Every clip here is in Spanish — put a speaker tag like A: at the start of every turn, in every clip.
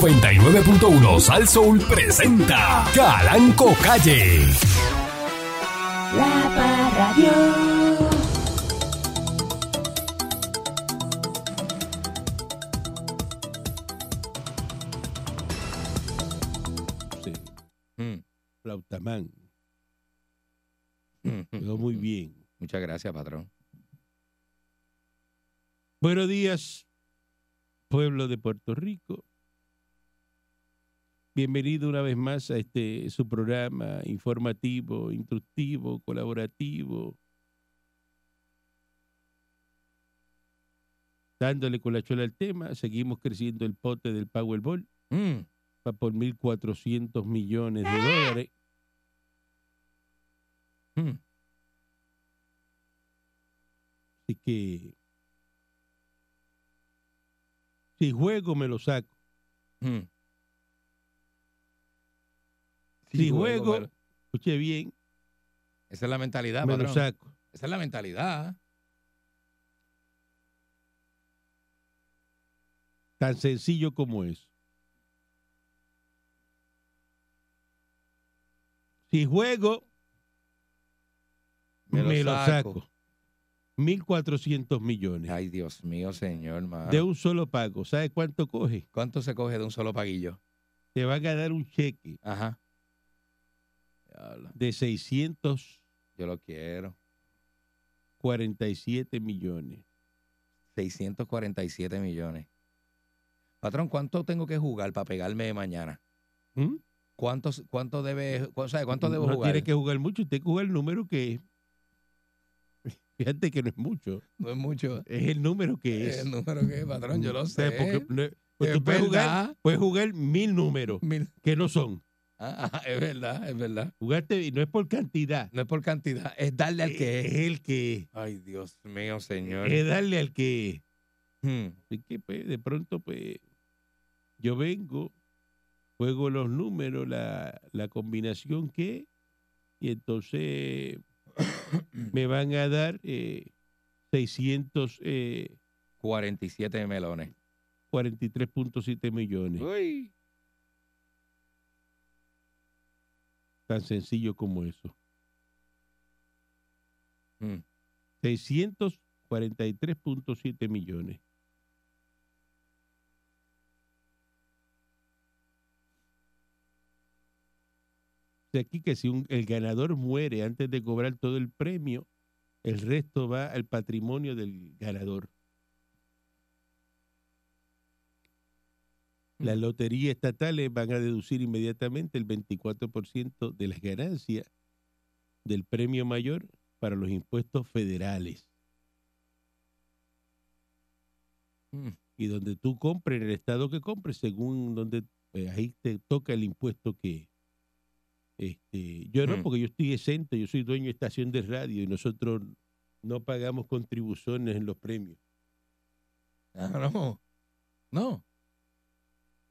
A: 99.1 Sal Soul presenta Calanco Calle.
B: La Parradio.
C: Sí,
D: Mm,
C: Flautamán.
D: mm, mm.
C: Quedó muy bien.
D: Muchas gracias, patrón.
C: Buenos días, pueblo de Puerto Rico. Bienvenido una vez más a este su programa informativo, instructivo, colaborativo. Dándole con la chola al tema, seguimos creciendo el pote del Powerball.
D: Mm,
C: va por 1.400 millones de dólares. Hmm.
D: mm.
C: Así que si juego me lo saco.
D: Mm.
C: Si, juego,
D: pero-
C: escuche bien,
D: Esa es la mentalidad,
C: me lo
D: patrón.
C: saco.
D: Esa es la mentalidad.
C: Tan sencillo como es. Si juego, me lo, saco. 1.400 millones
D: Ay, Dios mío, señor. mano.
C: de un solo pago. ¿Sabe cuánto coge?
D: ¿Cuánto se coge de un solo paguillo?
C: Te van a dar un cheque
D: Ajá. Diablo,
C: de 647
D: Yo lo quiero.
C: millones.
D: 647 millones. Patrón, ¿cuánto tengo que jugar para pegarme mañana?
C: ¿Mm?
D: ¿Cuántos- ¿Cuánto, debe, cu- o sea, ¿cuánto debo
C: no
D: jugar?
C: tiene que jugar mucho, usted juega el número que es. Fíjate que no es mucho,
D: No es mucho.
C: es el número que es.
D: El número que es, patrón, Eh, yo lo
C: O
D: sé.
C: sea, porque no- pues
D: Es
C: tú puedes jugar,
D: verdad.
C: puedes jugar mil números
D: Mil-
C: que no son.
D: Ah, ah, es verdad, es verdad.
C: Jugaste y no es por cantidad,
D: No es por cantidad, es darle al que
C: es
D: es.
C: el que es,
D: Ay, Dios mío, señor.
C: es darle al que es.
D: Hmm.
C: Así que pues, de pronto pues yo vengo, juego los números, la, la combinación que es, y entonces me van a dar eh, 600 eh,
D: 47 melones.
C: 43.7 millones.
D: Uy.
C: Tan sencillo como eso.
D: Mm.
C: 643.7 millones. De aquí que si un- el ganador muere antes de cobrar todo el premio, el resto va al patrimonio del ganador. Las loterías estatales eh, van a deducir inmediatamente el 24% de las ganancias del premio mayor para los impuestos federales.
D: Mm.
C: Y donde tú compres, en el estado que compres, según donde eh, ahí te toca el impuesto que este, yo no,
D: Mm.
C: porque yo estoy exento, yo soy dueño de estación de radio y nosotros no pagamos contribuciones en los premios.
D: Ah, no. No.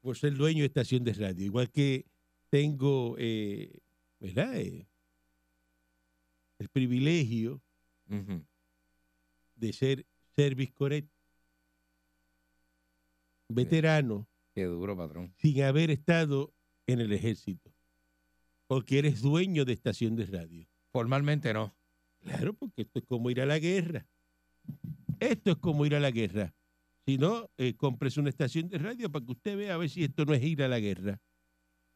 C: Por ser dueño de estación de radio, igual que tengo, eh, ¿verdad? Eh, el privilegio
D: Ujú.
C: de ser service correct, veterano,
D: Qué duro, patrón.
C: sin haber estado en el ejército, porque eres dueño de estación de radio.
D: Formalmente no.
C: Claro, porque esto es como ir a la guerra. Esto es como ir a la guerra. Si no, eh, compres una estación de radio para que usted vea a ver si esto no es ir a la guerra.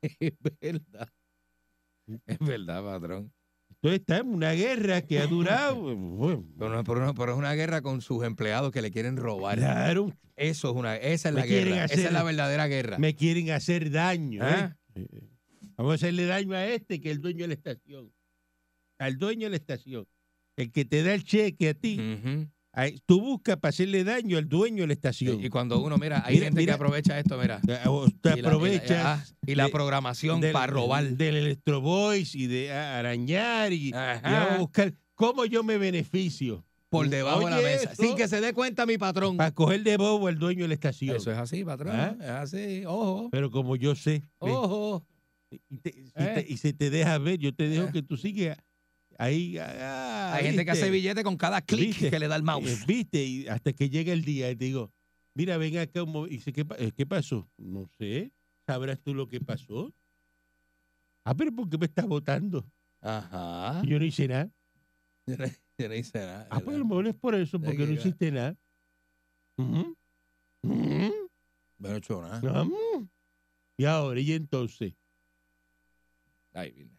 D: Es verdad. Es verdad, patrón.
C: Esto está en una guerra que ha durado. bueno,
D: Pero, no- pero no- pero es una guerra con sus empleados que le quieren robar.
C: claro,
D: Eso es una, esa es
C: Me
D: la
C: quieren
D: guerra.
C: hacer-
D: Esa es la verdadera guerra.
C: me quieren hacer daño. ¿eh?
D: ¿Ah?
C: Eh, Vamos a hacerle daño a este que es el dueño de la estación. Al dueño de la estación. El que te da el cheque a ti.
D: Ujú.
C: a- tú buscas para hacerle daño al dueño de la estación.
D: Y y cuando uno, mira, hay
C: Mira,
D: gente
C: mira.
D: que aprovecha esto, mira.
C: Ah, o te
D: Y la- y la-
C: aprovechas.
D: ah, y la
C: de-
D: programación
C: del-
D: para robar.
C: Del Electro Boys y de a- arañar y, y vamos
D: Ajá.
C: a buscar cómo yo me beneficio
D: por debajo de la
C: Oye,
D: mesa.
C: eso-
D: Sin que se dé cuenta mi patrón. ¿Eh?
C: para coger de bobo al dueño de la estación.
D: Eso es así, patrón.
C: ¿Ah?
D: Es así. Ojo.
C: Pero como yo sé, ¿ves?
D: Ojo.
C: y, te- si
D: Oh. Eh.
C: te- y se te deja ver, yo te dejo
D: Eh.
C: que tú sigas ahí. ah, ah,
D: Hay gente que
C: ¿viste?
D: hace billete con cada clic
C: ¿Viste?
D: que le da el mouse.
C: Eh, Viste, y hasta que llega el día, y te digo, Mira, ven acá un momento. Dice, ¿qué, pa- eh, ¿qué pasó? No sé. ¿Sabrás tú lo que pasó? Ah, pero ¿por qué me estás votando? Y
D: Ajá.
C: Ah, yo no hice nada.
D: Yo no, yo no hice nada.
C: Ah, pues a
D: ¿verdad?
C: lo mejor es por eso, porque
D: que
C: no
D: iba.
C: hiciste nada. Mm-hmm. Ujú. Ujú.
D: Yo no he hecho nada.
C: Ah, mm. Y ahora, y entonces.
D: Ay, mira.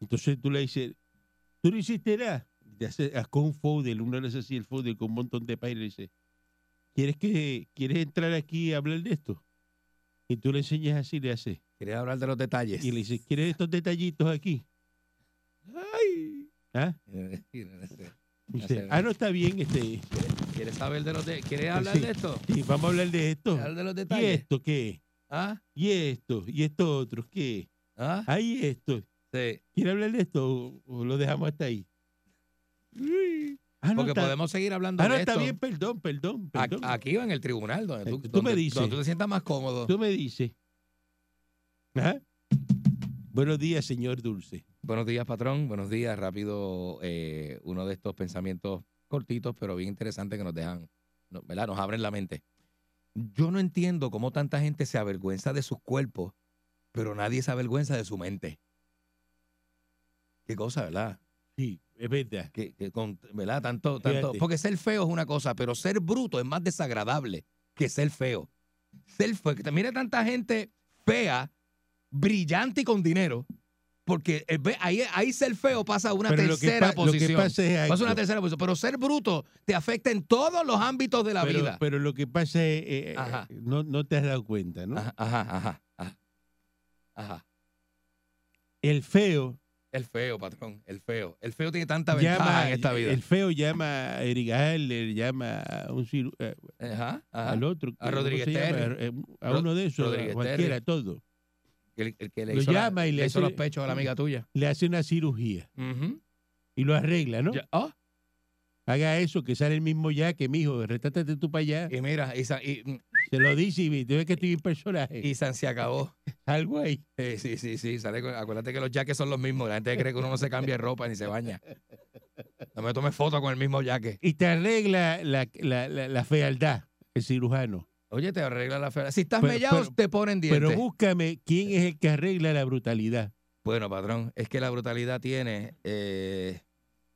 C: Entonces tú le dices, tú no hiciste nada. Y Te hace, haz con un folder, uno le hace así el folder con un montón de páginas y le dice, ¿quieres, que, ¿quieres entrar aquí a hablar de esto? Y tú le enseñas así, le haces.
D: Quería hablar de los detalles.
C: Y le dices, ¿quieres estos detallitos aquí?
D: Ay.
C: ¿Ah? Y dice, ah, no está bien, este.
D: ¿Quieres saber de los de- ¿Quieres hablar
C: Sí.
D: de esto?
C: sí, vamos a hablar de esto.
D: Hablar de los
C: ¿Y
D: detalles.
C: esto qué?
D: ¿Ah?
C: ¿Y esto? ¿Y esto otro? ¿Qué?
D: ¿Ah?
C: Ahí esto.
D: Sí.
C: ¿Quiere hablar de esto o, o lo dejamos hasta ahí? Ah, no,
D: Porque
C: está-
D: podemos seguir hablando
C: Ah, no,
D: de
C: está
D: esto.
C: bien, perdón, perdón,
D: A-
C: perdón.
D: Aquí va en el tribunal, donde Eh, tú,
C: Tú me
D: donde-
C: dices.
D: donde tú te sientas más cómodo.
C: Tú me dices. Ajá. Buenos días, señor Dulce.
D: Buenos días, patrón. Buenos días. Rápido, eh, uno de estos pensamientos cortitos, pero bien interesantes que nos dejan, no- ¿verdad? Nos abren la mente. Yo no entiendo cómo tanta gente se avergüenza de sus cuerpos, pero nadie se avergüenza de su mente. Qué cosa, ¿verdad?
C: Sí, es verdad.
D: Que, que con, ¿verdad? Tanto, tanto.
C: Fíjate.
D: Porque ser feo es una cosa, pero ser bruto es más desagradable que ser feo. Ser feo. que te- Mira tanta gente fea, brillante y con dinero. Porque eh, ve, ahí, ahí ser feo pasa a una
C: Pero lo que,
D: tercera
C: pa- lo que
D: posición.
C: pasa es
D: pasa a una
C: algo.
D: tercera posición. Pero ser bruto te afecta en todos los ámbitos de la
C: pero, pues,
D: vida.
C: pero lo que pasa es, eh, eh,
D: Ajá.
C: no, no te has dado cuenta, ¿no?
D: Ajá, ajá, ajá, ajá. Ajá.
C: El feo
D: El feo, patrón. El feo. El feo tiene tanta ventaja
C: llama,
D: en esta vida.
C: el feo llama a Eric Adler, llama a un ciru- eh,
D: Ajá, ajá.
C: al otro,
D: A
C: ¿cómo
D: Rodríguez
C: se llama?
D: Terry.
C: Eh, a
D: Ro-
C: uno de esos,
D: Rodríguez
C: a cualquiera,
D: Terry.
C: todo.
D: El, el que le
C: Lo
D: hizo, la-
C: llama y le
D: le hizo
C: hace-
D: los pechos a la amiga tuya.
C: Le hace una cirugía y lo arregla, ¿no?
D: Ya- ah,
C: Haga eso, que sale el mismo ya que mi hijo, retrátate tú para allá.
D: Y mira, y, San, y, mm,
C: Se lo dice y ve que estoy bien personaje.
D: y San se acabó.
C: Algo ahí.
D: Eh, sí, sí, sí. sale con- acuérdate que los jaques son los mismos. La gente cree que uno no se cambia de ropa ni se baña. No me tomes foto con el mismo jaque.
C: y te arregla la, la- la- la fealdad, el cirujano.
D: Oye, te arregla la fea. Si estás
C: Pero-
D: mellado,
C: pero-
D: te ponen dientes.
C: Pero búscame quién
D: Eh.
C: es el que arregla la brutalidad.
D: bueno, patrón, es que la brutalidad tiene eh,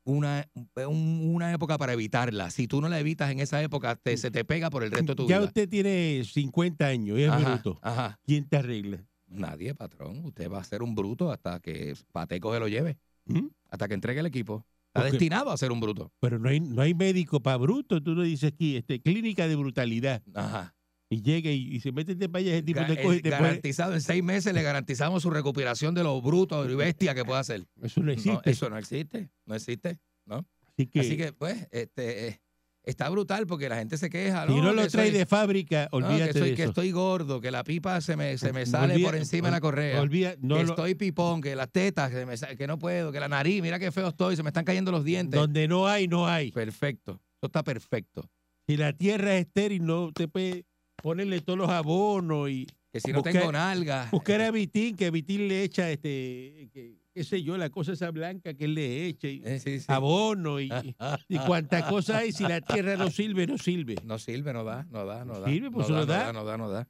D: una, un- una época para evitarla. Si tú no la evitas en esa época, te- se te pega por el resto de tu
C: ya
D: vida.
C: usted tiene 50 años y es
D: Ajá,
C: bruto.
D: ajá.
C: ¿Quién te arregla?
D: Nadie, patrón. Usted va a ser un bruto hasta que Pateco se lo lleve,
C: ¿Mm?
D: hasta que entregue el equipo. Está
C: Ok.
D: destinado a ser un bruto.
C: Pero no hay, no hay médico para bruto. Tú lo dices aquí, este, clínica de brutalidad.
D: Ajá.
C: Y llega y, y se mete este payaso, ese tipo
D: Ga-
C: te coge y
D: es
C: te pone-
D: garantizado, en seis meses le garantizamos su recuperación de lo bruto y bestia que pueda ser.
C: Eso no existe.
D: No, eso no existe, no existe.
C: así que,
D: Así que, pues, este, eh, está brutal porque la gente se queja.
C: si no lo
D: que
C: trae
D: soy-
C: de fábrica,
D: no,
C: olvídate
D: que, soy,
C: de
D: que
C: eso.
D: estoy gordo, que la pipa se me, se me
C: No
D: sale por
C: olvida-
D: encima de la
C: ol-
D: correa.
C: Olvida- no
D: eh, que
C: lo-
D: estoy pipón, que las tetas, que, me sa- que no puedo, que la nariz, mira qué feo estoy, se me están cayendo los dientes.
C: donde no hay, no hay.
D: Perfecto. Eso está perfecto.
C: Si la tierra es estéril, no te puede ponerle todos los abonos y,
D: Que si no
C: Buscar-
D: tengo nalgas.
C: Buscar a Vitín, que Vitín le echa, este, que- qué sé yo, la cosa esa blanca que él le echa, y
D: Eh, sí, Ah. sí.
C: abono y, y, y cuánta cosa hay. Si la tierra no sirve, no sirve.
D: No sirve, no da, no da, no da.
C: Sirve, pues,
D: no
C: no
D: da,
C: da. Pues
D: no da, no da.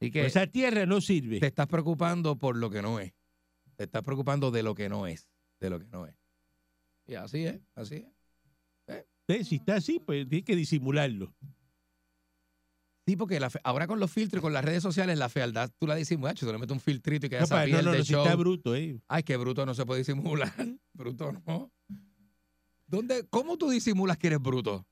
D: Y que
C: Esa tierra no
D: te
C: sirve.
D: estás preocupando por lo que no es. Te estás preocupando de lo que no es. De lo que no es. Y así es, así es.
C: Usted, si está así, pues tiene que disimularlo.
D: Sí, porque la fe- ahora con los filtros y con las redes sociales, la fealdad tú la disimulas. Tú le metes un filtrito y queda
C: No,
D: esa
C: pa,
D: piel
C: no, no,
D: de
C: no, si
D: show.
C: está bruto, ¿eh?
D: Ay, qué bruto, no se puede disimular. bruto no. ¿Dónde, ¿Cómo tú disimulas que eres bruto?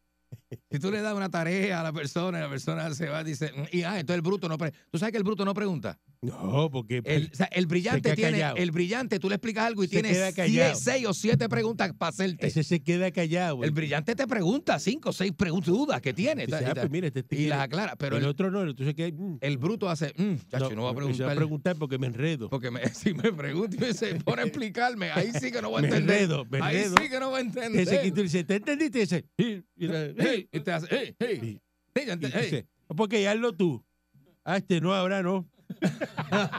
D: Si tú le das una tarea a la persona y la persona se va y dice, "Mm, y ah, entonces el bruto no pregunta. ¿Tú sabes que el bruto no pregunta?
C: No, porque pues,
D: El, o sea, el brillante
C: queda
D: tiene,
C: callado.
D: el brillante, tú le explicas algo y
C: Se
D: tiene
C: queda
D: cien-
C: callado.
D: seis o siete preguntas para hacerte.
C: ese se queda callado.
D: el
C: y-
D: brillante te pregunta cinco o seis preguntas, dudas que tiene.
C: y
D: ta-
C: dice,
D: y
C: ah,
D: ta-
C: pues mira, este
D: y las
C: tiene-
D: aclara, pero
C: el
D: el,
C: otro no, el otro se queda. mm,
D: el bruto hace, "Mm, chacho, no va
C: se va
D: a
C: a
D: preguntar.
C: preguntar porque me enredo.
D: Porque me- si me pregunta y me se pone a explicarme, ahí sí que no voy a
C: Me
D: entender.
C: enredo, me
D: ahí
C: enredo.
D: sí que no voy a entender.
C: Ese que tú le dices, ¿te entendiste? Y dice, sí, y la-
D: Hey, y te hace, hey, hey,
C: Sí.
D: hey, ya
C: Y
D: ente- hey.
C: dice, porque ya hazlo tú. Ah, este no, ahora no.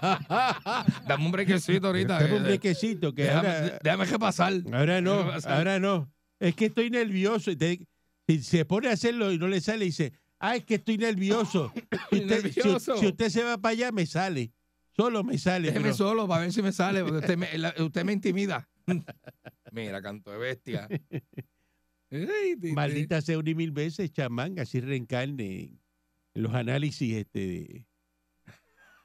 D: Dame un brequecito ahorita.
C: Dame "Este un
D: que-
C: brequecito que
D: déjame,
C: ahora,
D: déjame repasar.
C: ahora
D: déjame
C: no,
D: pasar.
C: ahora no. Es que estoy nervioso. y te- y se pone a hacerlo y no le sale y dice, Ah, es que estoy nervioso. Si
D: Estoy
C: usted, si-
D: nervioso.
C: si usted se va para allá, me sale. Solo me sale.
D: Déjeme
C: pero-
D: solo para ver si me sale, porque usted me, la- usted me intimida. Mira, canto de bestia. Ey, ti- ti.
C: Maldita sea una y mil veces, chamán, así reencarne en los análisis este, de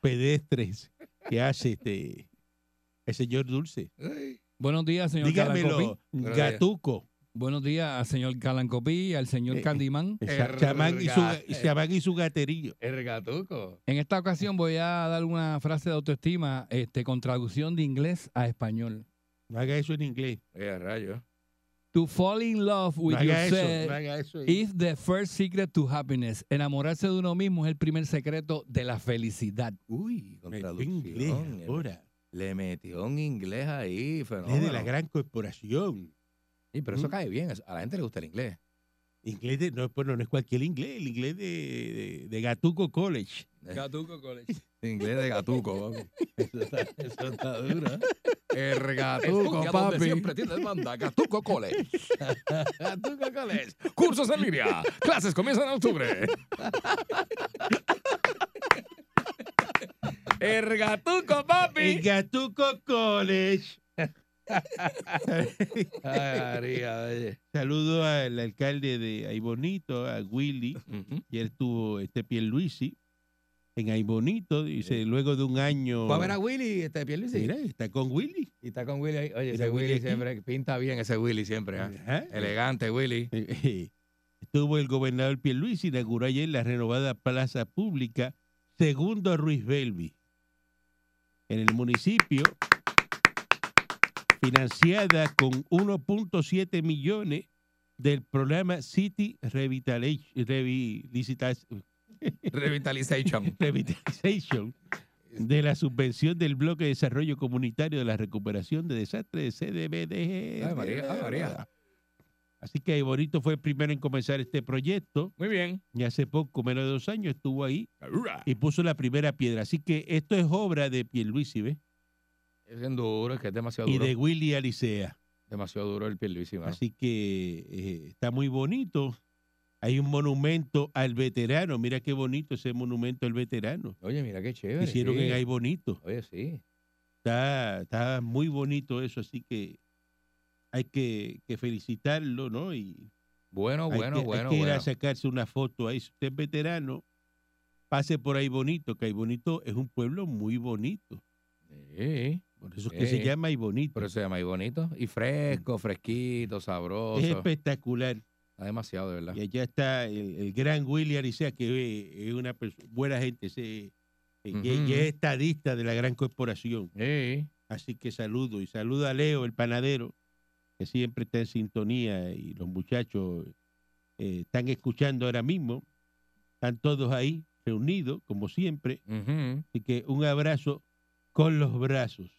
C: pedestres que hace este el señor Dulce.
D: Ey.
E: Buenos días, señor Calancopí.
C: Dígamelo,
D: Pero
C: gatuco.
E: Buenos días, al señor Calancopí, al señor
C: Eh,
E: Candyman.
C: Cha- Chamán y, su,
D: Erga.
E: eh.
C: y chamán y su gaterillo.
D: El gatuco.
E: En esta ocasión voy a dar una frase de autoestima este, con traducción de inglés a español.
C: No haga eso en inglés.
D: Eh, rayo.
E: To fall in love with
C: No haga eso.
E: yourself
C: no haga eso.
E: is the first secret to happiness. Enamorarse de uno mismo es el primer secreto de la felicidad.
D: Uy, con
C: Me-
D: traducción.
C: inglés ahora.
D: Le metió un inglés ahí, fenómeno.
C: Inglés de la gran corporación.
D: Sí, pero eso cae bien. eso- A la gente le gusta el inglés.
C: Inglés de, no, bueno, no es cualquier inglés, el inglés de, de- de Gatuco College.
E: Gatuco College.
D: Inglés de gatuco, papi. Eso está, eso está duro. ¿eh? El gatuco,
F: Estudia donde
D: papi.
F: siempre tienes banda, Gatuco College.
D: Gatuco college.
F: Cursos en línea. Clases comienzan en octubre.
D: El gatuco, papi.
C: El Gatuco College.
D: Ay, María, oye.
C: Saludo al alcalde de Aibonito, a Willy. Ayer estuvo este Pierluisi en Aibonito. Dice, luego de un año.
D: Va a ver a Willy, este Pierluisi.
C: Mira, está con Willy.
D: Y está con Willy ahí. Oye,
C: Mira,
D: ese Willy,
C: Willy aquí.
D: siempre pinta bien, ese Willy siempre. ¿ah?
C: Ajá.
D: Elegante, Willy.
C: Eh, eh, Estuvo el gobernador Pierluisi, inauguró ayer la renovada plaza pública Segundo Ruiz Belvi en el municipio, financiada con 1.7 millones del programa City Revitaliz- Revitaliz-
D: Revitalization.
C: Revitalization de la subvención del Bloque de Desarrollo Comunitario de la Recuperación de Desastres de CDBD.
D: Ay, María, ay, María.
C: Así que Bonito fue el primero en comenzar este proyecto
D: Muy bien.
C: y hace poco, menos de dos años, estuvo ahí y puso la primera piedra. Así que esto es obra de Pierluisi, ¿ves?
D: Es bien duro, es que es demasiado
C: Y
D: duro.
C: de Willy Alicea.
D: Demasiado duro el Pierluisi, mano.
C: Así que eh, está muy bonito. Hay un monumento al veterano. Mira qué bonito ese monumento al veterano.
D: Oye, mira qué
C: que
D: chévere.
C: Hicieron
D: sí.
C: en Ay Bonito.
D: Oye, sí.
C: Está, está muy bonito eso, así que hay que, que felicitarlo, ¿no? Y
D: Bueno,
C: hay
D: Ah, bueno,
C: que, hay
D: bueno,
C: que ir
D: bueno.
C: a sacarse una foto ahí. Si usted es veterano, pase por ahí bonito, que ahí bonito es un pueblo muy bonito.
D: Sí.
C: Por eso es que se
D: Sí.
C: llama ahí bonito.
D: Por eso se llama ahí bonito. Y fresco, fresquito,
C: Es
D: sabroso.
C: espectacular.
D: Está demasiado, de verdad.
C: Y allá está el, el gran Willy Aricea, que es- es una perso- buena gente, se, eh, y-
D: Ujú,
C: y
D: ujú.
C: es estadista de la gran corporación.
D: Sí.
C: Así que saludo y saludo a Leo, el panadero, que siempre está en sintonía y los muchachos eh, están escuchando ahora mismo. Están todos ahí reunidos, como siempre.
D: Ujú.
C: Así que un abrazo con los brazos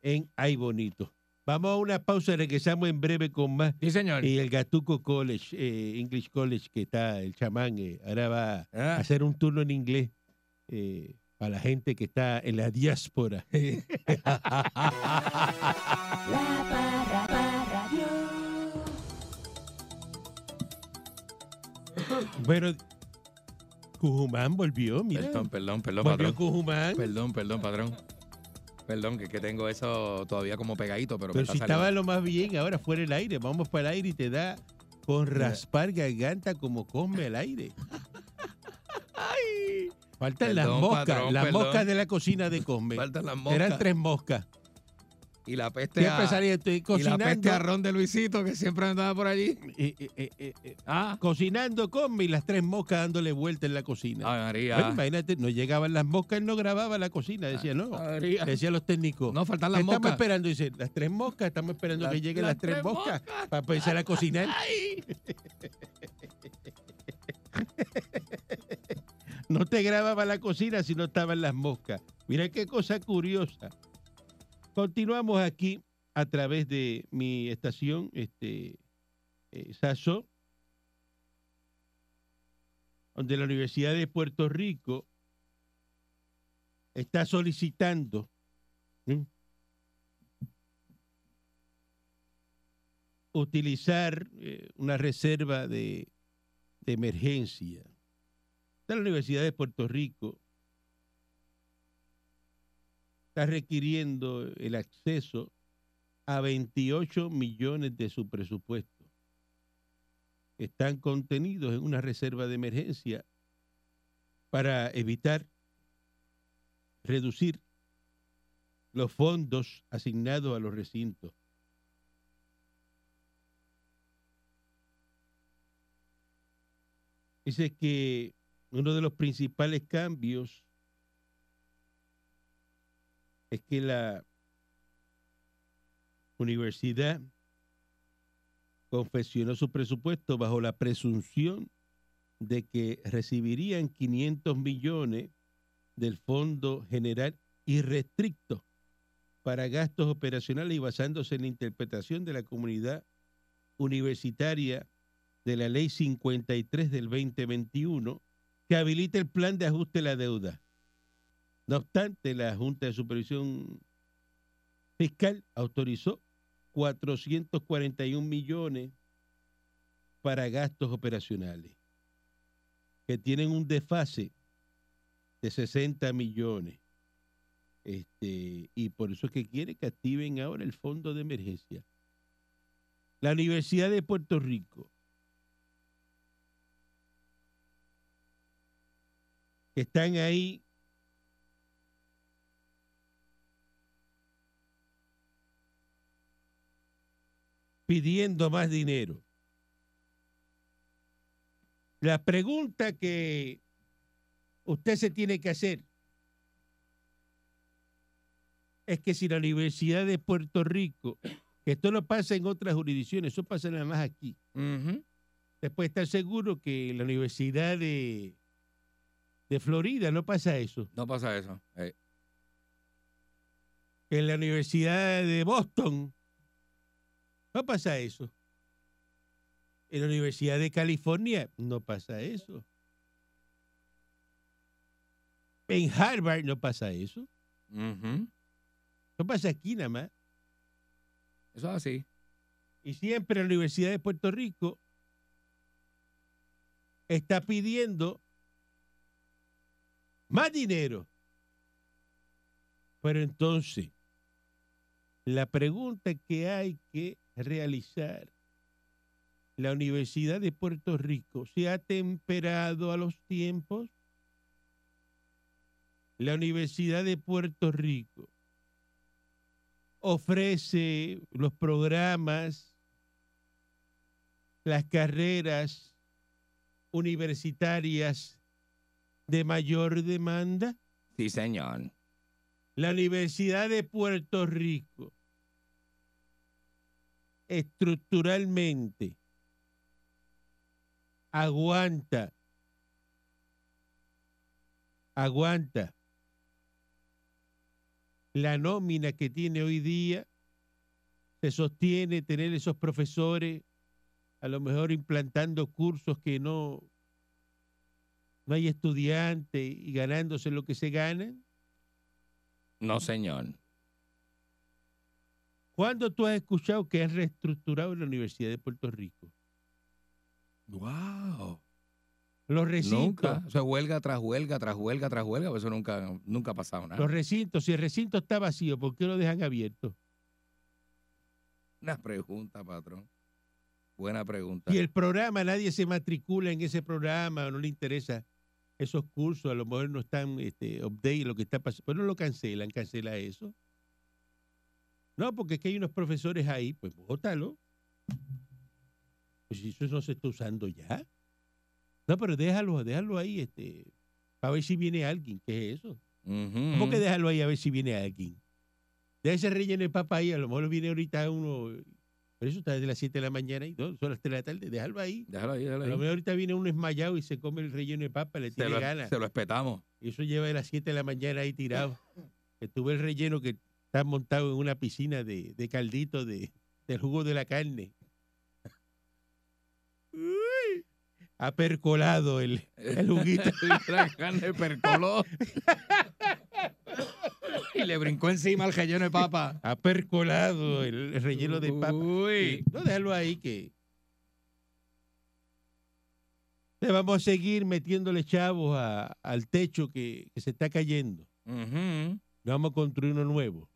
C: en Ay Bonito. Vamos a una pausa, regresamos en breve con más.
D: Sí, señor.
C: Y el Gatuco College, eh, English College, que está el chamán, eh, ahora va a
D: Ah,
C: hacer un turno en inglés eh, para la gente que está en la diáspora.
B: La Parra Radio.
C: Bueno, Cujumán volvió, mira.
D: perdón, perdón, perdón,
C: Volvió
D: patrón.
C: Cujumán.
D: Perdón, perdón, patrón. Perdón, que, que tengo eso todavía como pegadito, pero, me
C: Pero
D: está
C: si
D: saliendo.
C: estaba lo más bien, ahora fuera el aire. Vamos para el aire y te da con raspar garganta como come el aire. Faltan las
D: Perdón,
C: moscas,
D: patrón,
C: las
D: perdón.
C: moscas de la cocina de Cosme.
D: Faltan las
C: Eran
D: moscas.
C: tres moscas.
D: Y la peste
C: Siempre
D: a,
C: salía, estoy
D: y la peste
C: cocinando,
D: a ron de Luisito, que siempre andaba por allí.
C: eh, eh, eh, eh, eh,
D: Ah,
C: cocinando Cosme y las tres moscas dándole vuelta en la cocina.
D: ay, María.
C: Bueno, imagínate, no llegaban las moscas, él no grababa la cocina, decía no.
D: María.
C: Decía los técnicos.
D: No, faltan las
C: estamos
D: moscas.
C: esperando, dice, las tres moscas, estamos esperando
D: Las-
C: que lleguen las,
D: las
C: tres,
D: tres
C: moscas, para empezar a cocinar. no te grababa la cocina si no estaban las moscas. Mira qué cosa curiosa. Continuamos aquí a través de mi estación, este, eh, Sasso, donde la Universidad de Puerto Rico está solicitando ¿sí? utilizar eh, una reserva de, de emergencia de la Universidad de Puerto Rico está requiriendo el acceso a 28 millones de su presupuesto. Están contenidos en una reserva de emergencia para evitar reducir los fondos asignados a los recintos. Dice que uno de los principales cambios es que la universidad confeccionó su presupuesto bajo la presunción de que recibirían 500 millones del Fondo General Irrestricto para gastos operacionales y basándose en la interpretación de la comunidad universitaria de la Ley 53 del 2021 que habilita el plan de ajuste de la deuda. No obstante, la Junta de Supervisión Fiscal autorizó 441 millones para gastos operacionales, que tienen un desfase de 60 millones. Este, y por eso es que quiere que activen ahora el fondo de emergencia. La Universidad de Puerto Rico que están ahí pidiendo más dinero. La pregunta que usted se tiene que hacer es que si la Universidad de Puerto Rico, que esto no pasa en otras jurisdicciones, eso pasa nada más aquí,
D: Ujú.
C: usted puede pues, estar seguro que la Universidad de, de Florida no pasa eso.
D: No pasa eso. Eh,
C: que en la Universidad de Boston no pasa eso. En la Universidad de California no pasa eso. En Harvard no pasa eso.
D: ujú.
C: No pasa aquí nada más.
D: Eso es así.
C: Y siempre la Universidad de Puerto Rico está pidiendo más dinero. Pero entonces, la pregunta que hay que realizar, ¿la Universidad de Puerto Rico se ha temperado a los tiempos? ¿La Universidad de Puerto Rico ofrece los programas, las carreras universitarias de mayor demanda?
D: Sí, señor.
C: La Universidad de Puerto Rico estructuralmente aguanta, aguanta la nómina que tiene hoy día, se sostiene tener esos profesores, a lo mejor implantando cursos que no, no hay estudiantes y ganándose lo que se ganan.
D: No, señor.
C: ¿Cuándo tú has escuchado que han reestructurado la Universidad de Puerto Rico?
D: Wow.
C: Los recintos,
D: Nunca. Eso es huelga tras huelga, tras huelga, tras huelga. pues Eso nunca, nunca ha pasado nada.
C: los recintos, si el recinto está vacío, ¿por qué lo dejan abierto?
D: Una pregunta, patrón. Buena pregunta.
C: Y el programa, nadie se matricula en ese programa, no le interesa esos cursos, a lo mejor no están este, update lo que está pasando, pero no lo cancelan, cancela eso. No, porque es que hay unos profesores ahí, pues bótalo. Pues si eso no se está usando ya. No, pero déjalo, déjalo ahí, este, para ver si viene alguien, ¿qué es eso?
D: Ujú,
C: ¿Cómo que
D: ujú.
C: déjalo ahí a ver si viene alguien? Deja ese relleno de papa ahí, a lo mejor viene ahorita uno, pero eso está desde las 7 de la mañana y no, son las 3 de la tarde, déjalo ahí.
D: Déjalo ahí, déjalo
C: A
D: ahí.
C: lo mejor ahorita viene uno esmayado y se come el relleno de papa, le
D: Se
C: tiene
D: lo,
C: ganas.
D: se lo espetamos.
C: Y eso lleva de las 7 de la mañana ahí tirado. Estuve el relleno que está montado en una piscina de, de caldito de, del jugo de la carne. Uy, Ha percolado el, el juguito.
D: La carne percoló. y le brincó encima al relleno de papa.
C: Ha percolado el relleno de papa.
D: Mm. Uy.
C: Sí, No, déjalo ahí que. Le vamos a seguir metiéndole chavos a- al techo que, que se está cayendo.
D: Ujú.
C: No vamos a construir uno nuevo.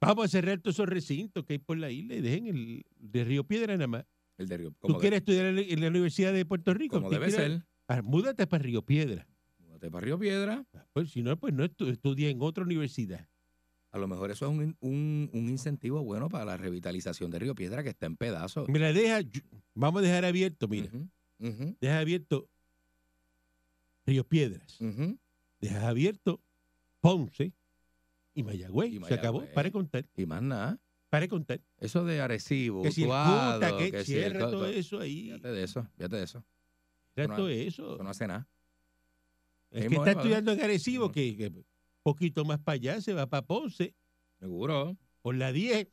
C: Vamos a cerrar todos esos recintos que hay por la isla y dejen el de Río Piedra nada más.
D: El de Río.
C: ¿Tú
D: Como, de-
C: quieres estudiar en la- en la Universidad de Puerto Rico?
D: como
C: ¿Tú
D: debe
C: quieres-
D: ser.
C: Ah, múdate para Río Piedra.
D: Múdate para Río Piedra.
C: Pues si no, pues no estu- estudia en otra universidad.
D: A lo mejor eso es un, un- un incentivo bueno para la revitalización de Río Piedra, que está en pedazos.
C: Mira, deja, yo- vamos a dejar abierto, mira,
D: Pues, Ujú, ujú,
C: deja abierto Río Piedras,
D: ujú.
C: dejas abierto Ponce y Mayagüez.
D: Y
C: Se acabó,
D: Mayagüez.
C: para de contar,
D: Y más nada.
C: para de contar.
D: Eso de Arecibo,
C: que si el
D: Utuado,
C: Cota, que,
D: que si el
C: cierre
D: co-
C: todo
D: co-
C: eso ahí,
D: Fíjate de eso, fíjate de eso.
C: cierra
D: no
C: todo
D: hay-
C: eso.
D: Eso no hace nada.
C: El que
D: mismo
C: está
D: es, ¿verdad?
C: estudiando en Arecibo,
D: Ujú.
C: que, que poquito más para allá se va para Ponce,
D: Seguro.
C: por la 10,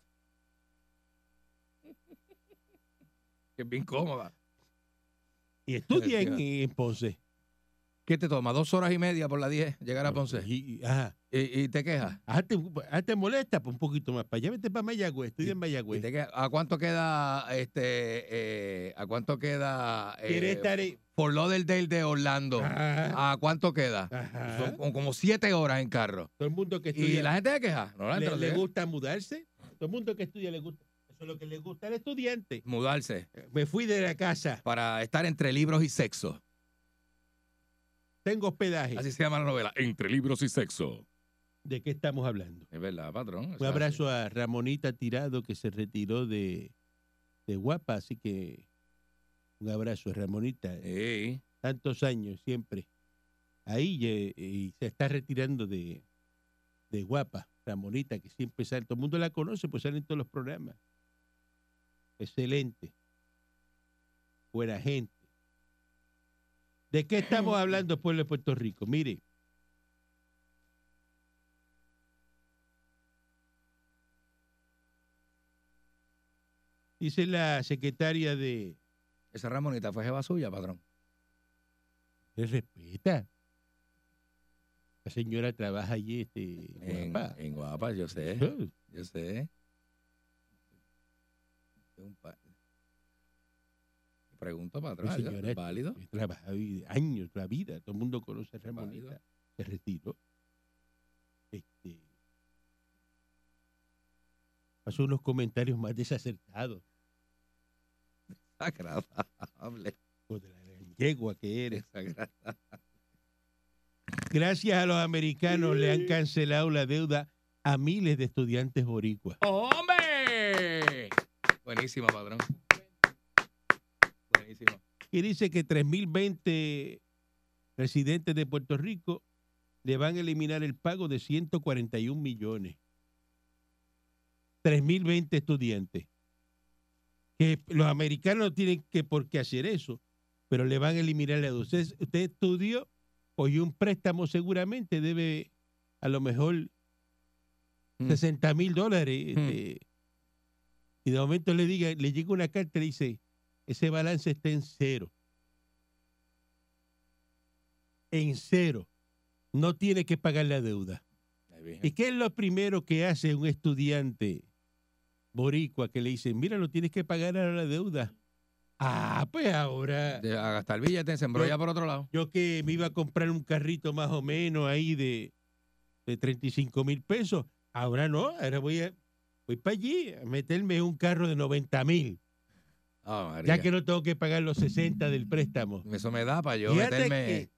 D: Que es bien cómoda.
C: y estudia en, en Ponce.
D: ¿Qué te toma? Dos horas y media por la 10 llegar a Ponce. Y,
C: Y- y- ajá.
D: y te quejas.
C: Ah, te, ah, te molesta pues, un poquito más para allá, vete para Mayagüez, estudia en
D: ¿Y
C: Mayagüez.
D: te quejas? ¿A cuánto queda este eh, a cuánto queda eh,
C: Quiere estar en...
D: por lo del del de Orlando?
C: Ajá.
D: ¿A cuánto queda?
C: Ah, Ajá.
D: ah, Son como- como siete horas en carro.
C: Todo el mundo que
D: ¿Y
C: estudia ¿eh?
D: la gente se queja? No, la ¿eh? gente
C: le,
D: no se
C: le
D: queja.
C: gusta mudarse. Todo el mundo que estudia le gusta. Eso es lo que le gusta al estudiante.
D: Mudarse
C: Me fui de la casa,
D: para estar entre libros y sexo.
C: tengo hospedaje.
D: Así se llama la novela.
F: Entre libros y sexo.
C: ¿De qué estamos hablando?
D: Es verdad, patrón.
C: Un abrazo a Ramonita Tirado que se retiró de, de Guapa, así que un abrazo, Ramonita.
D: Sí.
C: Tantos años siempre. Ahí eh, y se está retirando de, de Guapa, Ramonita, que siempre sale. Todo el mundo la conoce, pues sale en todos los programas. Excelente. Buena gente. ¿De qué estamos hablando, pueblo de Puerto Rico? Mire. Dice la secretaria de...
D: Esa Ramonita fue jeva suya, patrón.
C: ¿Le respeta? La señora trabaja allí, este...
D: En
C: guapa.
D: en guapa, yo sé.
C: Yo-
D: Yo sé. Es un pa- Pregunto para atrás.
C: señora,
D: ¿es válido?
C: He trabajado y- años, la vida, todo el mundo conoce a Ramonita,
D: Válido.
C: se retiró. Este, pasó unos comentarios más desacertados
D: Agradable.
C: contra la gran yegua que eres.
D: desagra-
C: Gracias a los americanos le han cancelado la deuda a miles de estudiantes boricuas.
D: ¡Hombre! Buenísimo, patrón. Buenísimo.
C: Y dice que 3.020 residentes de Puerto Rico le van a eliminar el pago de 141 millones. 3.020 estudiantes. Que los americanos no tienen que por qué hacer eso, pero le van a eliminar la deuda. Usted, usted estudió, cogió un préstamo seguramente, debe a lo mejor
D: Mm.
C: 60 mil dólares.
D: Mm.
C: este, y de momento le, diga, le llega una carta y le dice, ese balance está en cero. En cero. No tiene que pagar la deuda.
D: Ay, Virgen.
C: ¿Y qué es lo primero que hace un estudiante boricua que le dicen, mira, no tienes que pagar ahora la deuda? Ah, pues ahora
D: De- A gastar billetes, se embrolla por otro lado.
C: yo que me iba a comprar un carrito más o menos ahí de, de 35 mil pesos, ahora no, ahora voy a voy para allí a meterme en un carro de 90 mil,
D: Ah, María.
C: ya que no tengo que pagar los 60 del préstamo.
D: Eso me da para yo
C: Fíjate
D: meterme
C: que-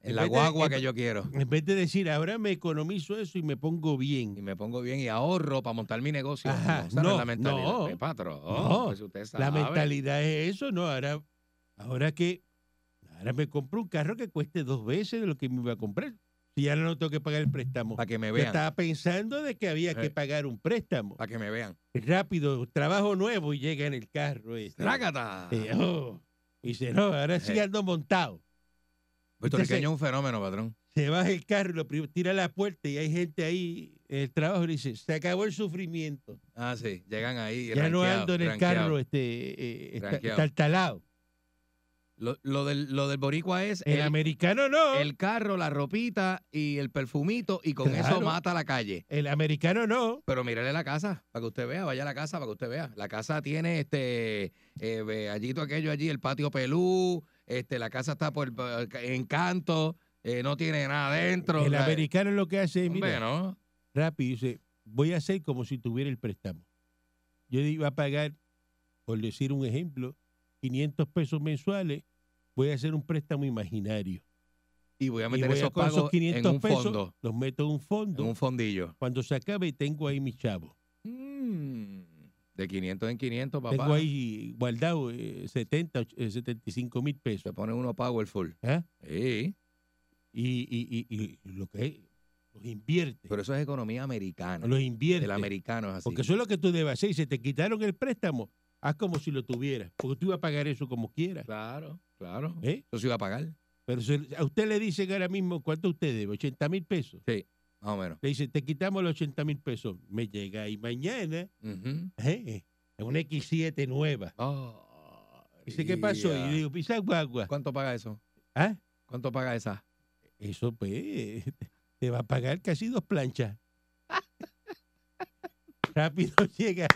D: en la
C: en vez de-
D: guagua
C: en-
D: que yo quiero.
C: En vez de decir, ahora me economizo eso y me pongo
D: y
C: bien.
D: me pongo bien y ahorro para montar mi negocio.
C: Ajá,
D: no, esa no es
C: no,
D: la mentalidad,
C: no.
D: eh, patrón.
C: No,
D: pues usted sabe.
C: La mentalidad es eso, ¿no? Ahora, ahora que, ahora me compro un carro que cueste dos veces de lo que me iba a comprar. Si ya no tengo que pagar el préstamo.
D: Para que me
C: Yo
D: vean.
C: estaba pensando de que había que
D: Eh.
C: pagar un préstamo.
D: Para que me vean.
C: rápido, trabajo nuevo y llega en el carro. este,
D: ¡Trácata!
C: eh, oh, y dice, no, ahora sí
D: Eh.
C: ando montado.
D: Puertorriqueño es un fenómeno, patrón.
C: Se baja el carro, lo primero- tira la puerta y hay gente ahí en el trabajo y le dice, se acabó el sufrimiento.
D: Ah, sí. Llegan ahí.
C: ya no
D: ranqueados,
C: ando en el
D: ranqueados.
C: carro, este, eh, está-
D: Ranqueado.
C: está talado.
D: Lo, lo del, lo del boricua es
C: El
D: el,
C: americano no. El,
D: el carro, la ropita y el perfumito y con eso
C: Claro.
D: mata la calle.
C: americano no.
D: Pero mírale la casa, para que usted vea, vaya a la casa para que usted vea. La casa tiene este eh, ve- allito aquello allí, el patio pelú, este, la casa está por, por- en canto, eh, no tiene nada adentro.
C: el
D: o sea,
C: americano lo que hace es,
D: hombre,
C: mira,
D: ¿no?
C: rápido, dice, voy a hacer como si tuviera el préstamo. Yo iba a pagar, por decir un ejemplo, 500 pesos mensuales, voy a hacer un préstamo imaginario.
D: Y voy a
C: Y
D: meter
C: voy a
D: esos
C: con esos
D: pagos
C: 500
D: en un
C: pesos,
D: fondo,
C: los meto en un fondo.
D: en un fondillo.
C: Cuando se acabe, tengo ahí mi chavo.
D: Mm, De 500 en 500, papá.
C: Tengo ahí guardado eh, 70, och- eh, 75 mil
D: Se
C: pesos.
D: pone uno powerful.
C: ¿ah?
D: Sí,
C: Y, y- y- y lo que es, los invierte.
D: pero eso es economía americana.
C: los invierte.
D: El americano es así.
C: Porque eso es lo que tú debes hacer. Y si te quitaron el préstamo, haz como si lo tuvieras. Porque tú ibas a pagar eso como quieras.
D: Claro, claro.
C: ¿eh?
D: Eso se iba a pagar,
C: Pero si a usted le dicen ahora mismo, ¿cuánto usted debe? 80 mil pesos.
D: más o menos.
C: Le dicen, te quitamos los 80 mil pesos. Me llega ahí mañana.
D: Ujú.
C: ¿eh? Una X7 nueva.
D: Ah,
C: Dice, ¿qué pasó? Y
D: ya. ¿Eh?
C: yo digo, pisa guagua.
D: ¿Cuánto paga eso?
C: ¿Ah?
D: ¿Cuánto paga esa?
C: Eso pues te va a pagar casi dos planchas. Rápido llega,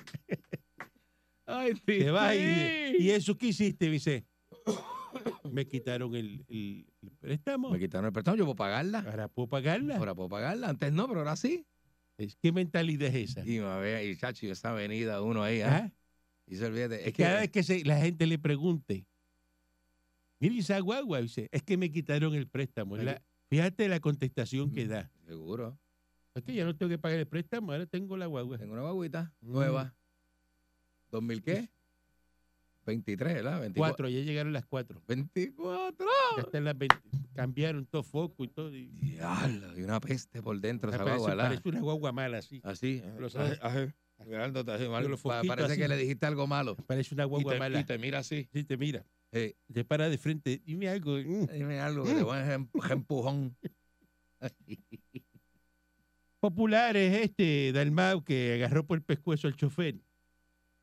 D: Ay,
C: te vas y, y eso que hiciste, me dice. Me quitaron el, el- el préstamo.
D: Me quitaron el préstamo, yo puedo pagarla.
C: Ahora puedo pagarla.
D: Ahora puedo pagarla. Antes no, pero ahora sí.
C: Es- ¿Qué mentalidad es esa?
D: Y me ve, y chacho, y esa avenida uno ahí, ¿ah?
C: ¿Ah?
D: Y se olvídate. Es
C: Cada
D: que
C: vez que se- la gente le pregunte, mire esa guagua, dice, es que me quitaron el préstamo. Es la- fíjate la contestación que da.
D: seguro.
C: Es que ya no tengo que pagar el préstamo, ahora tengo la guagua.
D: Tengo una guaguita
C: Mm.
D: nueva. ¿2000 qué? 23, ¿verdad? 24.
C: Cuatro, ya llegaron las cuatro.
D: 24.
C: Ya están las 20. Cambiaron todo foco y todo. y-
D: Diablo, y una peste por dentro esa
C: parece,
D: guagua, ¿verdad?
C: parece una guagua mala, así.
D: Así.
C: Los ojos.
D: Geraldo, te hace mal.
C: Yo los
D: Pa-
C: foquitos
D: Parece que
C: así.
D: le dijiste algo malo.
C: Parece una
D: Y
C: guagua
D: te,
C: mala.
D: y te mira así.
C: Sí, te mira.
D: Eh,
C: Te para de frente. Dime algo. mm.
D: dime algo, que te voy a dar un empujón.
C: Popular es este, Dalmau, que agarró por el pescuezo al chofer.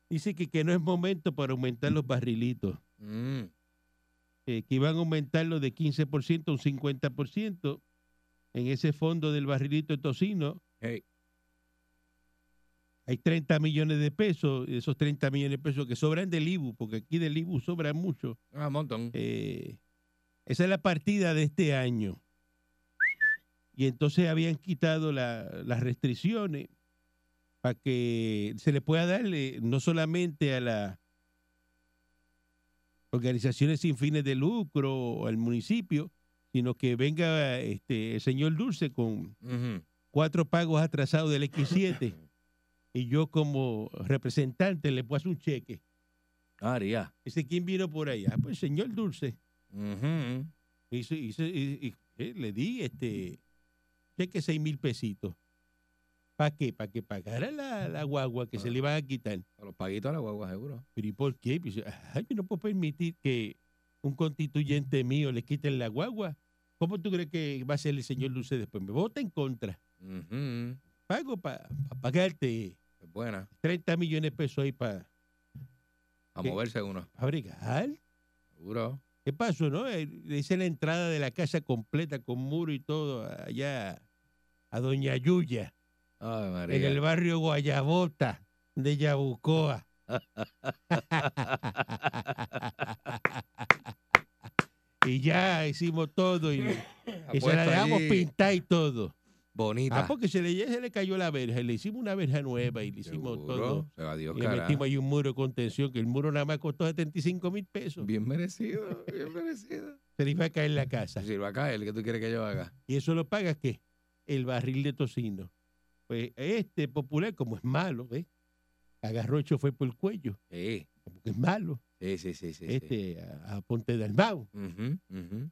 C: Dice que, que no es momento para aumentar los barrilitos.
D: Mm.
C: eh, que iban a aumentarlo de 15% a un 50% en ese fondo del barrilito de tocino.
D: Hey.
C: Hay 30 millones de pesos, esos 30 millones de pesos que sobran del IBU, porque aquí del IBU sobran mucho.
D: Ah, un montón.
C: Eh, esa es la partida de este año. Y entonces habían quitado la- las restricciones para que se le pueda darle no solamente a las organizaciones sin fines de lucro o al municipio, sino que venga este, el señor Dulce con
D: Ujú.
C: cuatro pagos atrasados del X7 y yo como representante le puedo hacer un cheque.
D: Ah, haría.
C: Dice, ¿quién vino por allá? pues el señor Dulce.
D: Ujú.
C: Hice- hice- y- y- eh, le di este cheque seis mil pesitos. ¿Para qué? Para que pagara la, la guagua que se le iban a quitar.
D: A Los paguitos a la guagua, seguro.
C: Pero ¿y por qué? Pues, ay, yo no puedo permitir que un constituyente mío le quiten la guagua. ¿Cómo tú crees que va a ser el señor Dulce después? Me vota en contra.
D: Ujú.
C: Pago para pagarte
D: Es buena.
C: 30 millones de pesos ahí para
D: A
C: ¿Qué?
D: moverse uno.
C: bregar.
D: Seguro.
C: ¿Qué pasó, no? Eh, Le hice la entrada de la casa completa con muro y todo allá a Doña Yuya.
D: Ay,
C: en el
D: María.
C: barrio Guayabota de Yabucoa. y ya hicimos todo y, y se la
D: Apuesto
C: dejamos
D: allí.
C: pintar y todo.
D: Bonita.
C: Ah, porque se le, ya se le cayó la verja, y le hicimos una verja nueva y le hicimos
D: Seguro.
C: todo.
D: Se va Dios,
C: Y le
D: cara.
C: metimos ahí un muro de contención, que el muro nada más costó 75 mil pesos.
D: Bien merecido, bien merecido.
C: Se le iba a caer la casa.
D: Si va a caer, ¿qué tú quieres que yo haga?
C: ¿Y eso lo paga qué? El barril de tocino. Pues este popular, como es malo, ¿ves? Agarró el chofer por el cuello.
D: Sí,
C: como que es malo,
D: sí, sí, sí. sí, sí.
C: este, A, a Ponte Dalmau.
D: Ujú, ujú,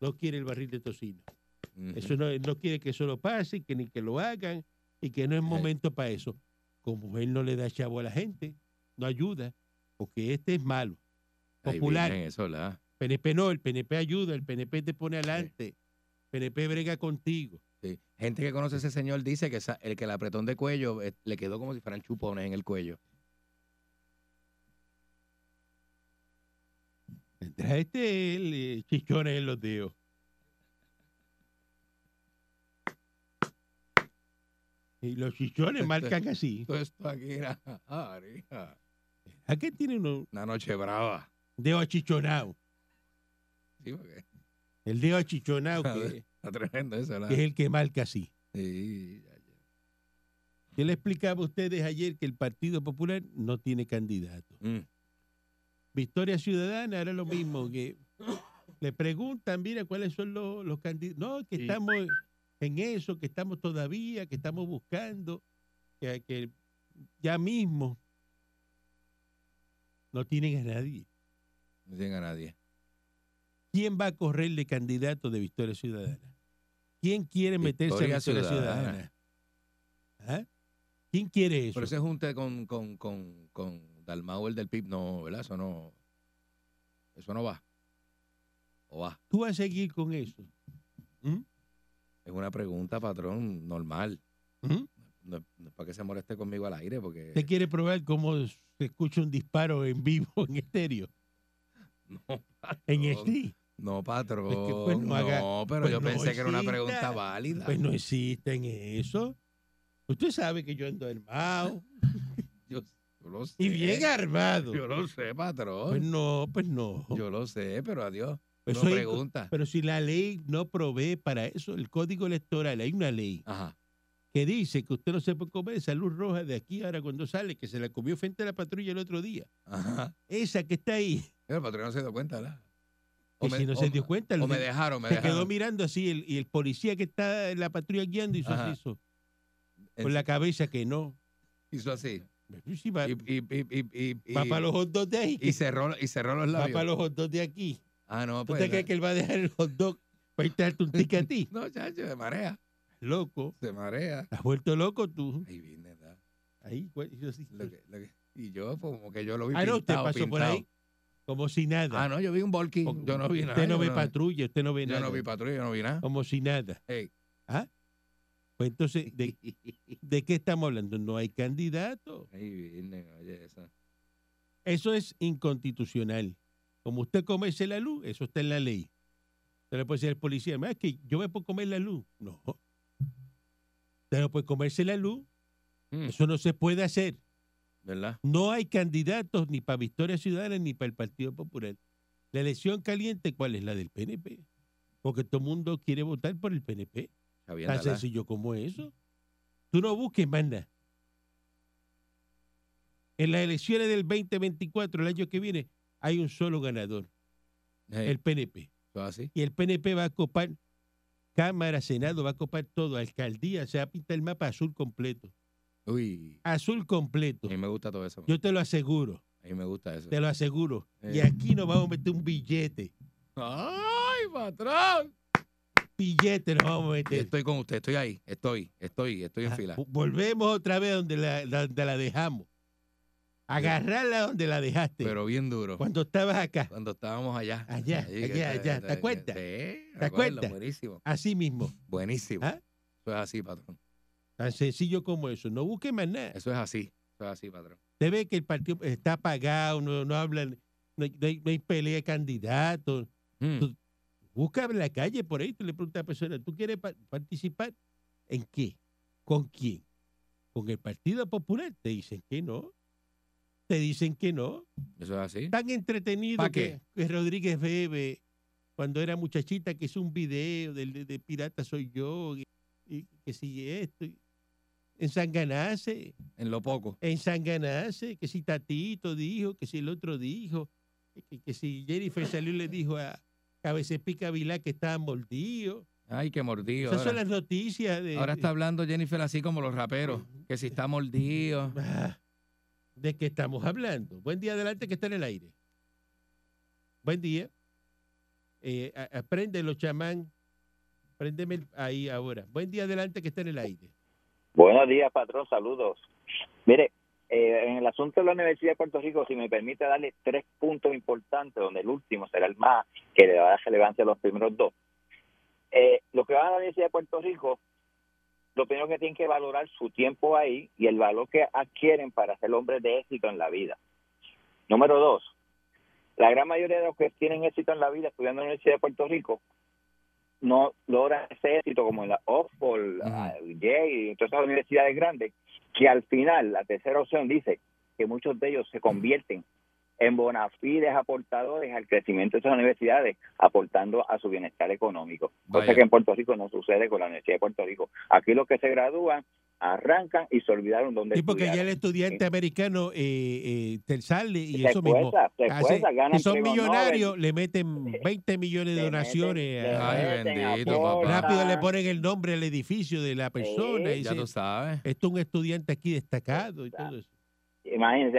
C: No quiere el barril de tocino.
D: ujú.
C: Eso no, él no quiere que eso lo pase, que ni que lo hagan, y que no es
D: Ay.
C: momento para eso. Como él no le da chavo a la gente, no ayuda, porque este es malo.
D: Ay,
C: Popular,
D: Virgen, eso, la-
C: PNP no, el PNP ayuda, el PNP te pone adelante, PNP brega contigo.
D: sí. Gente que conoce a ese señor dice que esa- el que el apretón de cuello eh, le quedó como si fueran chupones en el cuello.
C: Mientras este el eh, chichones en los dedos. Y los chichones marcan así.
F: Todo esto aquí era. María,
C: ¿A qué tiene uno
F: Una noche brava.
C: dedo achichonado?
F: Sí, porque
C: El dedo achichonado que,
F: está tremendo eso, ¿verdad?
C: que es el que marca así.
F: Sí, ya, ya.
C: Yo le explicaba a ustedes ayer que el Partido Popular no tiene candidato.
D: Mm.
C: Victoria Ciudadana era lo mismo, que le preguntan, mira, cuáles son los, los candidatos. No, que
F: Sí.
C: estamos en eso, que estamos todavía, que estamos buscando, que, que ya mismo no tienen a nadie.
D: No tienen a nadie.
C: ¿Quién va a correr de candidato de Victoria Ciudadana? ¿Quién quiere meterse
D: Victoria
C: a Victoria Ciudadana?
D: Ciudadana.
C: ¿Ah? ¿Quién quiere eso?
D: Pero ese junte con, con, con, con Dalmau, el del PIB, no, ¿verdad? Eso no. Eso no va. O va.
C: ¿Tú vas a seguir con eso? ¿Mm?
D: Es una pregunta, patrón, normal.
C: ¿Mm?
D: No, es- no es para que se moleste conmigo al aire, porque.
C: ¿Usted quiere probar cómo se escucha un disparo en vivo en estéreo?
D: No,
C: En
D: No,
C: SD.
D: no, patrón.
C: Es que, pues, no
D: no,
C: haga-
D: pero
C: pues,
D: yo
C: no
D: pensé que era una
C: exista.
D: pregunta válida.
C: Pues no existen eso. Usted sabe que yo ando armado
D: yo, yo lo sé.
C: y bien armado.
D: Yo lo sé, patrón.
C: Pues no, pues no.
D: yo lo sé, pero adiós.
C: Pues
D: no
C: soy-
D: pregunta.
C: pero si la ley no provee para eso, el código electoral, hay una ley
D: Ajá.
C: que dice que usted no se puede comer esa luz roja de aquí ahora cuando sale, que se la comió frente a la patrulla el otro día.
D: Ajá.
C: Esa que está ahí,
D: El patrón no se dio cuenta, ¿verdad?
C: que si no se dio cuenta,
D: O
C: lo
D: me
C: de-
D: dejaron, me
C: se quedó
D: dejaron.
C: mirando así, el- y el policía que está en la patrulla guiando hizo
D: Ajá.
C: así, hizo, con la cabeza que no.
D: Hizo así.
C: Sí, va,
D: Y, y, y, y, y, y,
C: va para los hot dogs de ahí,
D: y cerró, y cerró los
C: va
D: labios.
C: para los hot dogs de aquí.
D: Ah, no,
C: ¿Usted
D: pues.
C: cree que él va a dejar el hot dog para irte a darte un ticket a ti?
D: No, chacho, se marea.
C: Loco,
D: Se marea.
C: ¿estás vuelto loco tú?
D: Ahí viene, ¿verdad?
C: Ahí, güey, yo así.
D: Lo que- lo que- y yo, pues, como que yo lo vi.
C: Ah, no, usted
D: pintado,
C: pasó por
D: pintado.
C: ahí como si nada.
D: Ah, no, yo vi un bulking.
C: O-
D: yo no vi nada.
C: Usted no
D: yo
C: ve patrulla, usted no ve
D: Yo
C: nada.
D: no vi patrulla, yo no vi nada.
C: como si nada.
D: Ey.
C: ¿Ah? Pues entonces, ¿de, de qué estamos hablando? No hay candidato.
D: Ahí viene, oye, esa.
C: Eso es inconstitucional. Como usted comerse la luz, eso está en la ley. Usted le puede decir al policía, "Ma, es que yo me puedo comer la luz. No. Usted no puede comerse la luz.
D: Mm.
C: Eso no se puede hacer.
D: ¿Verdad?
C: No hay candidatos ni para Victoria Ciudadana ni para el Partido Popular. La elección caliente, ¿cuál es la del PNP? Porque todo el mundo quiere votar por el PNP.
D: Está bien,
C: Tan
D: ¿verdad?
C: sencillo como eso. Tú no busques, manda. En las elecciones del 2024, el año que viene, hay un solo ganador,
D: Ey,
C: el PNP.
D: todo así.
C: Y el PNP va a copar Cámara, Senado, va a copar todo, alcaldía, se va a pintar el mapa azul completo.
D: Uy,
C: Azul
D: a
C: completo.
D: mí me gusta todo eso.
C: Yo te lo aseguro.
D: A mí me gusta eso.
C: Te lo aseguro. Y
D: Eh.
C: aquí nos vamos a meter un billete.
D: ¡Ay, patrón!
C: Billete nos vamos a meter.
D: Estoy con usted, estoy ahí. Estoy, estoy, estoy en
C: Ah,
D: fila.
C: vo- Volvemos otra vez donde la, la- donde la dejamos. Agarrarla donde la dejaste.
D: Pero bien duro.
C: cuando estabas acá.
D: Cuando estábamos allá.
C: Allá,
D: Ahí,
C: allá,
D: que-
C: allá, ¿te
D: que-
C: acuerdas?
D: Sí,
C: ¿Te
D: recuerdo,
C: acuerdas?
D: Buenísimo.
C: Así mismo.
D: Buenísimo.
C: ¿Ah?
D: Eso es así, patrón.
C: Tan sencillo como eso. No busques más nada.
D: Eso es así. Eso es así, patrón.
C: Usted ve que el partido está apagado, no, no hablan, no hay, no hay- no hay pelea de candidatos.
D: Mm.
C: Tú- Busca en la calle por ahí, tú le preguntas a la persona, ¿tú quieres pa- participar? ¿En qué? ¿Con quién? ¿Con el Partido Popular? Te dicen que no. Te dicen que no.
D: Eso es así.
C: tan entretenido
D: ¿Pa
C: que,
D: qué?
C: que Rodríguez Bebe, cuando era muchachita, que hizo un video del- de, de Pirata Soy Yo, y, y que si esto. y- en Sanganase,
D: En lo poco.
C: en Sanganase, que si Tatito dijo, que si el otro dijo, que, que si Jennifer salió y le dijo a Cabecepica Vilá que estaba mordido.
D: Ay, qué mordido.
C: Esas son
D: ahora.
C: las noticias de.
D: Ahora está hablando Jennifer así como los raperos. Que si está mordido.
C: Ah, ¿De qué estamos hablando? Buen día, adelante, que está en el aire. Buen día. Eh, a- apréndelo, chamán. Préndeme el- ahí ahora. Buen día, adelante, que está en el aire.
G: Buenos días, patrón, saludos. Mire, eh, en el asunto de la Universidad de Puerto Rico, si me permite darle tres puntos importantes, donde el último será el más que le va a dar relevancia a los primeros dos. Eh, lo que va a la Universidad de Puerto Rico, lo primero que tienen que valorar su tiempo ahí y el valor que adquieren para ser hombres de éxito en la vida. Número dos, La gran mayoría de los que tienen éxito en la vida estudiando en la Universidad de Puerto Rico no logran ese éxito como en la Oxford, la Yale y todas esas universidades grandes, que al final la tercera opción dice que muchos de ellos se convierten en bonafides aportadores al crecimiento de esas universidades, aportando a su bienestar económico. Cosa
D: Vaya.
G: que en Puerto Rico no sucede con la Universidad de Puerto Rico. Aquí los que se gradúan arrancan y se olvidaron dónde
C: Sí, porque ya el
G: estudiaron. eh,
C: estudiante americano eh, eh, te sale y
G: se
C: eso mismo.
G: esfuerza, se
C: hace-
G: esfuerza, ganan
C: si son
G: premios
C: millonarios, le meten 20 millones de
G: Nobel,
C: donaciones.
G: le
C: a-
D: Ay,
G: meten,
D: bendito,
G: aportan.
D: papá.
C: rápido le ponen el nombre al edificio de la persona. y
D: Ya
C: dice,
D: tú sabes.
C: esto es un estudiante aquí destacado. Y todo eso.
G: Imagínense,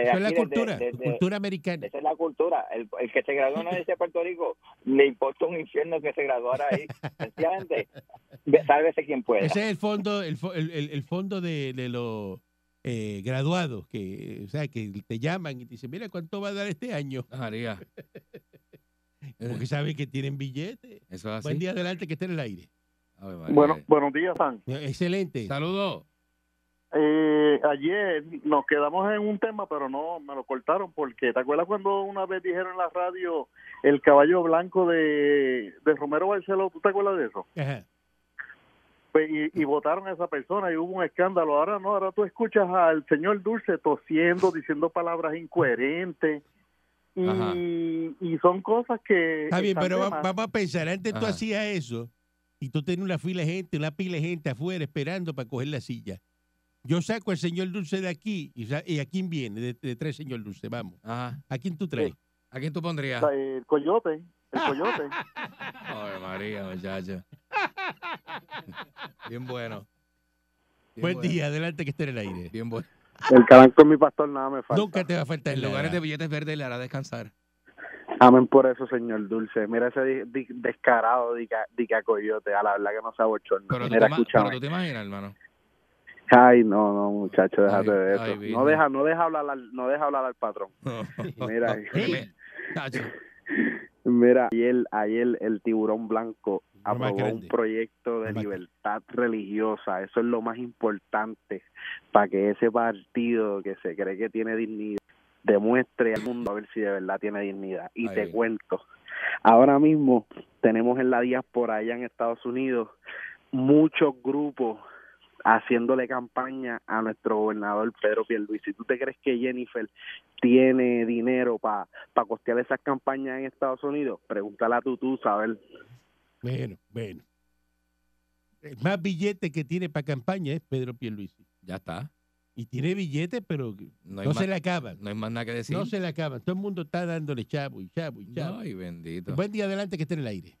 C: Eso es
G: Eh, aquí
C: la
G: desde-
C: cultura,
G: desde-
C: cultura americana.
G: Esa es la cultura. El, el que se graduó en la Universidad de Puerto Rico le importa un infierno que se graduara ahí. Sencillamente, ve- sálvese quien pueda.
C: Ese es el fondo, el, fo- el, el- el fondo de, de los eh, graduados que, o sea, que te llaman y te dicen, mira cuánto va a dar este año,
D: María. Eh.
C: porque saben que tienen billetes.
D: Eso es
C: Buen
D: así.
C: día adelante que esté en el aire.
D: Ave María.
H: Bueno, buenos días, San.
C: Excelente.
D: Saludos.
H: Eh, ayer nos quedamos en un tema, pero no, me lo cortaron porque, ¿te acuerdas cuando una vez dijeron en la radio el caballo blanco de, de Romero Barceló? ¿Tú te acuerdas de eso?
C: Ajá.
H: Pues, y, y votaron a esa persona y hubo un escándalo. Ahora no, ahora tú escuchas al señor Dulce tosiendo, diciendo palabras incoherentes.
D: Ajá.
H: Y, y son cosas que...
C: Está bien,
H: están
C: pero
H: de
C: va-
H: más.
C: vamos a pensar, antes tú
D: Ajá.
C: hacías eso y tú tenías una fila de gente, una pila de gente afuera esperando para coger la silla. Yo saco al señor Dulce de aquí y, sa- y a quién viene, de, de tres señor Dulce, vamos.
D: Ajá.
C: ¿A quién tú traes?
D: ¿A quién tú pondrías?
H: El coyote, el coyote.
D: Ave María, muchacho. Bien bueno. Bien
C: Buen
D: bueno.
C: día, adelante que esté en el aire.
D: Bien bueno.
H: el calanco es mi pastor, nada me falta.
C: Nunca te va a faltar
D: En lugares de
C: nada.
D: billetes verdes le hará descansar.
H: Amén por eso, señor Dulce. Mira ese di- di- descarado dica, dica coyote, a la verdad que no se abochorna.
D: Pero tú,
H: Mira,
D: te, ma- pero
H: escúchame.
D: tú te imaginas, hermano.
H: Ay, no, no, muchacho, déjate
D: Ay,
H: de eso.
D: ay,
H: no
D: Virgen.
H: deja, no deja hablar, al- no deja hablar al patrón. Mira,
D: Óyeme, Nacho,
H: mira, ayer, ayer el tiburón blanco
C: Lo más
H: aprobó un
C: grande.
H: proyecto de
C: Lo más
H: libertad religiosa. Eso es lo más importante para que ese partido que se cree que tiene dignidad demuestre al mundo a ver si de verdad tiene dignidad. Y
D: Ahí
H: te
D: viene.
H: cuento, ahora mismo tenemos en la diáspora allá en Estados Unidos muchos grupos haciéndole campaña a nuestro gobernador Pedro Pierluisi. ¿Tú te crees que Jennifer tiene dinero para costear esas campañas en Estados Unidos? Pregúntale a Tutú, ¿sabes?
C: Bueno, bueno. El más billete que tiene para campaña es Pedro Pierluisi.
D: ya está.
C: Y tiene billetes, pero
D: No hay,
C: no
D: más,
C: se le acaban.
D: no hay más nada que decir.
C: No se le acaban. Todo el mundo está dándole chavo y chavo y chavo.
D: Ay, bendito.
C: Buen día, adelante que esté en el aire.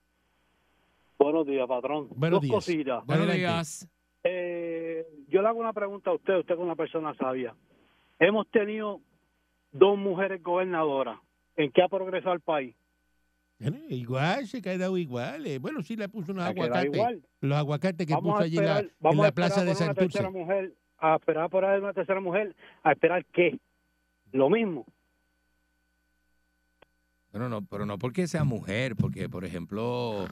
I: Buenos días, patrón.
C: Buenos
I: Dos
C: días.
I: cositas.
D: Buenos
C: Adelante.
D: días.
I: Eh, yo le hago una pregunta a usted, usted es una persona sabia. Hemos tenido dos mujeres gobernadoras. ¿En qué ha progresado el país?
C: Bueno, igual, se cae dado igual. eh. Bueno, sí le puso unos
I: Ha quedado
C: aguacates.
I: igual.
C: Los aguacates que
I: Vamos
C: puso
I: a
C: allí en la,
I: esperar,
C: en
I: vamos
C: la
I: a esperar
C: plaza de
I: por una
C: Santurce.
I: tercera mujer, a esperar por ahí una tercera mujer, a esperar qué? Lo mismo.
D: Bueno, no, pero no porque sea mujer, porque, por ejemplo,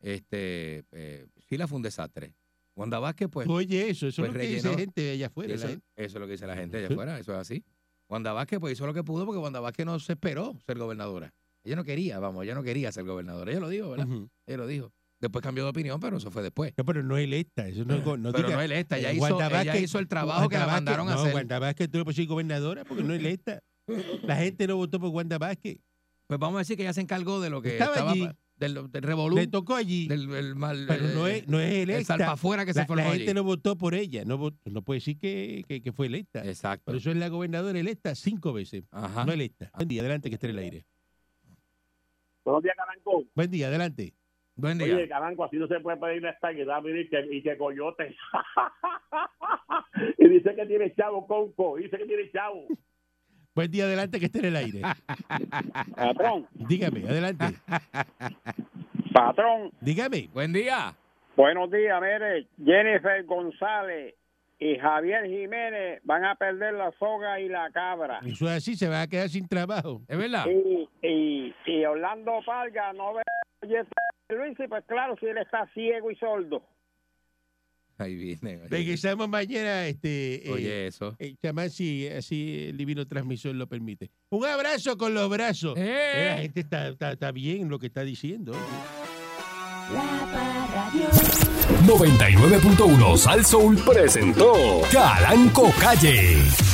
D: este, eh, Sheila fue un desastre. Wanda Vázquez, pues,
C: Oye, eso, eso
D: Pues
C: es lo que dice
D: rellenó.
C: gente allá afuera.
D: eso,
C: la gente.
D: eso es lo que dice la gente allá
C: Sí.
D: afuera, eso es así. Wanda Vázquez, pues, hizo lo que pudo porque Wanda Vázquez no se esperó ser gobernadora. Ella no quería, vamos, ella no quería ser gobernadora. Ella lo dijo, ¿verdad?
C: Ujú.
D: Ella lo dijo. Después cambió de opinión, pero eso fue después.
C: No, pero no electa. Eso no, no
D: pero
C: diga-
D: no él esta, ella,
C: Eh,
D: hizo,
C: Wanda
D: ella
C: Vázquez-
D: hizo el trabajo que la
C: Wanda
D: mandaron
C: Vázquez-
D: a hacer.
C: No, Wanda Vázquez tú no puedes ser gobernadora porque no es electa. La gente no votó por Wanda Vázquez.
D: Pues vamos a decir que ella se encargó de lo que
C: Estaba
D: estaba,
C: allí.
D: pa- del, del revolú,
C: Le tocó allí,
D: del, del mal, eh,
C: pero no es, no es
D: el
C: electa.
D: salpafuera que
C: la,
D: se formó
C: la gente
D: allí.
C: no votó por ella. No, vot- no puede decir que, que- que fue electa.
D: Exacto.
C: Por eso es la gobernadora electa cinco veces.
D: Ajá.
C: No electa. Buen día, adelante que esté en el aire.
I: Buenos días, Caranco.
C: Buen día, adelante.
D: Buen día.
I: Caranco, así no se puede pedir la estaquidad, y que, y que coyote. y dice que tiene chavo, Conco. Dice que tiene chavo.
C: Buen día, adelante que esté en el aire.
I: Patrón,
C: Dígame, adelante.
I: patrón.
C: Dígame.
D: Buen día.
I: Buenos días, mire, Jennifer González y Javier Jiménez van a perder la soga y la cabra.
C: Eso es así, se va a quedar sin trabajo.
D: ¿Es verdad?
I: Y, y, y Orlando Parga no ve a Luis, y pues claro, si él está ciego y sordo.
D: Ahí viene. oye.
C: Regresamos mañana, este. eh,
D: Oye, eso.
C: eh, chamán, si así el divino transmisor lo permite. Un abrazo con los brazos. Eh, La gente está, está- está bien lo que está diciendo.
B: La Parra
A: 99.1 Sal Soul presentó Calanco Calle.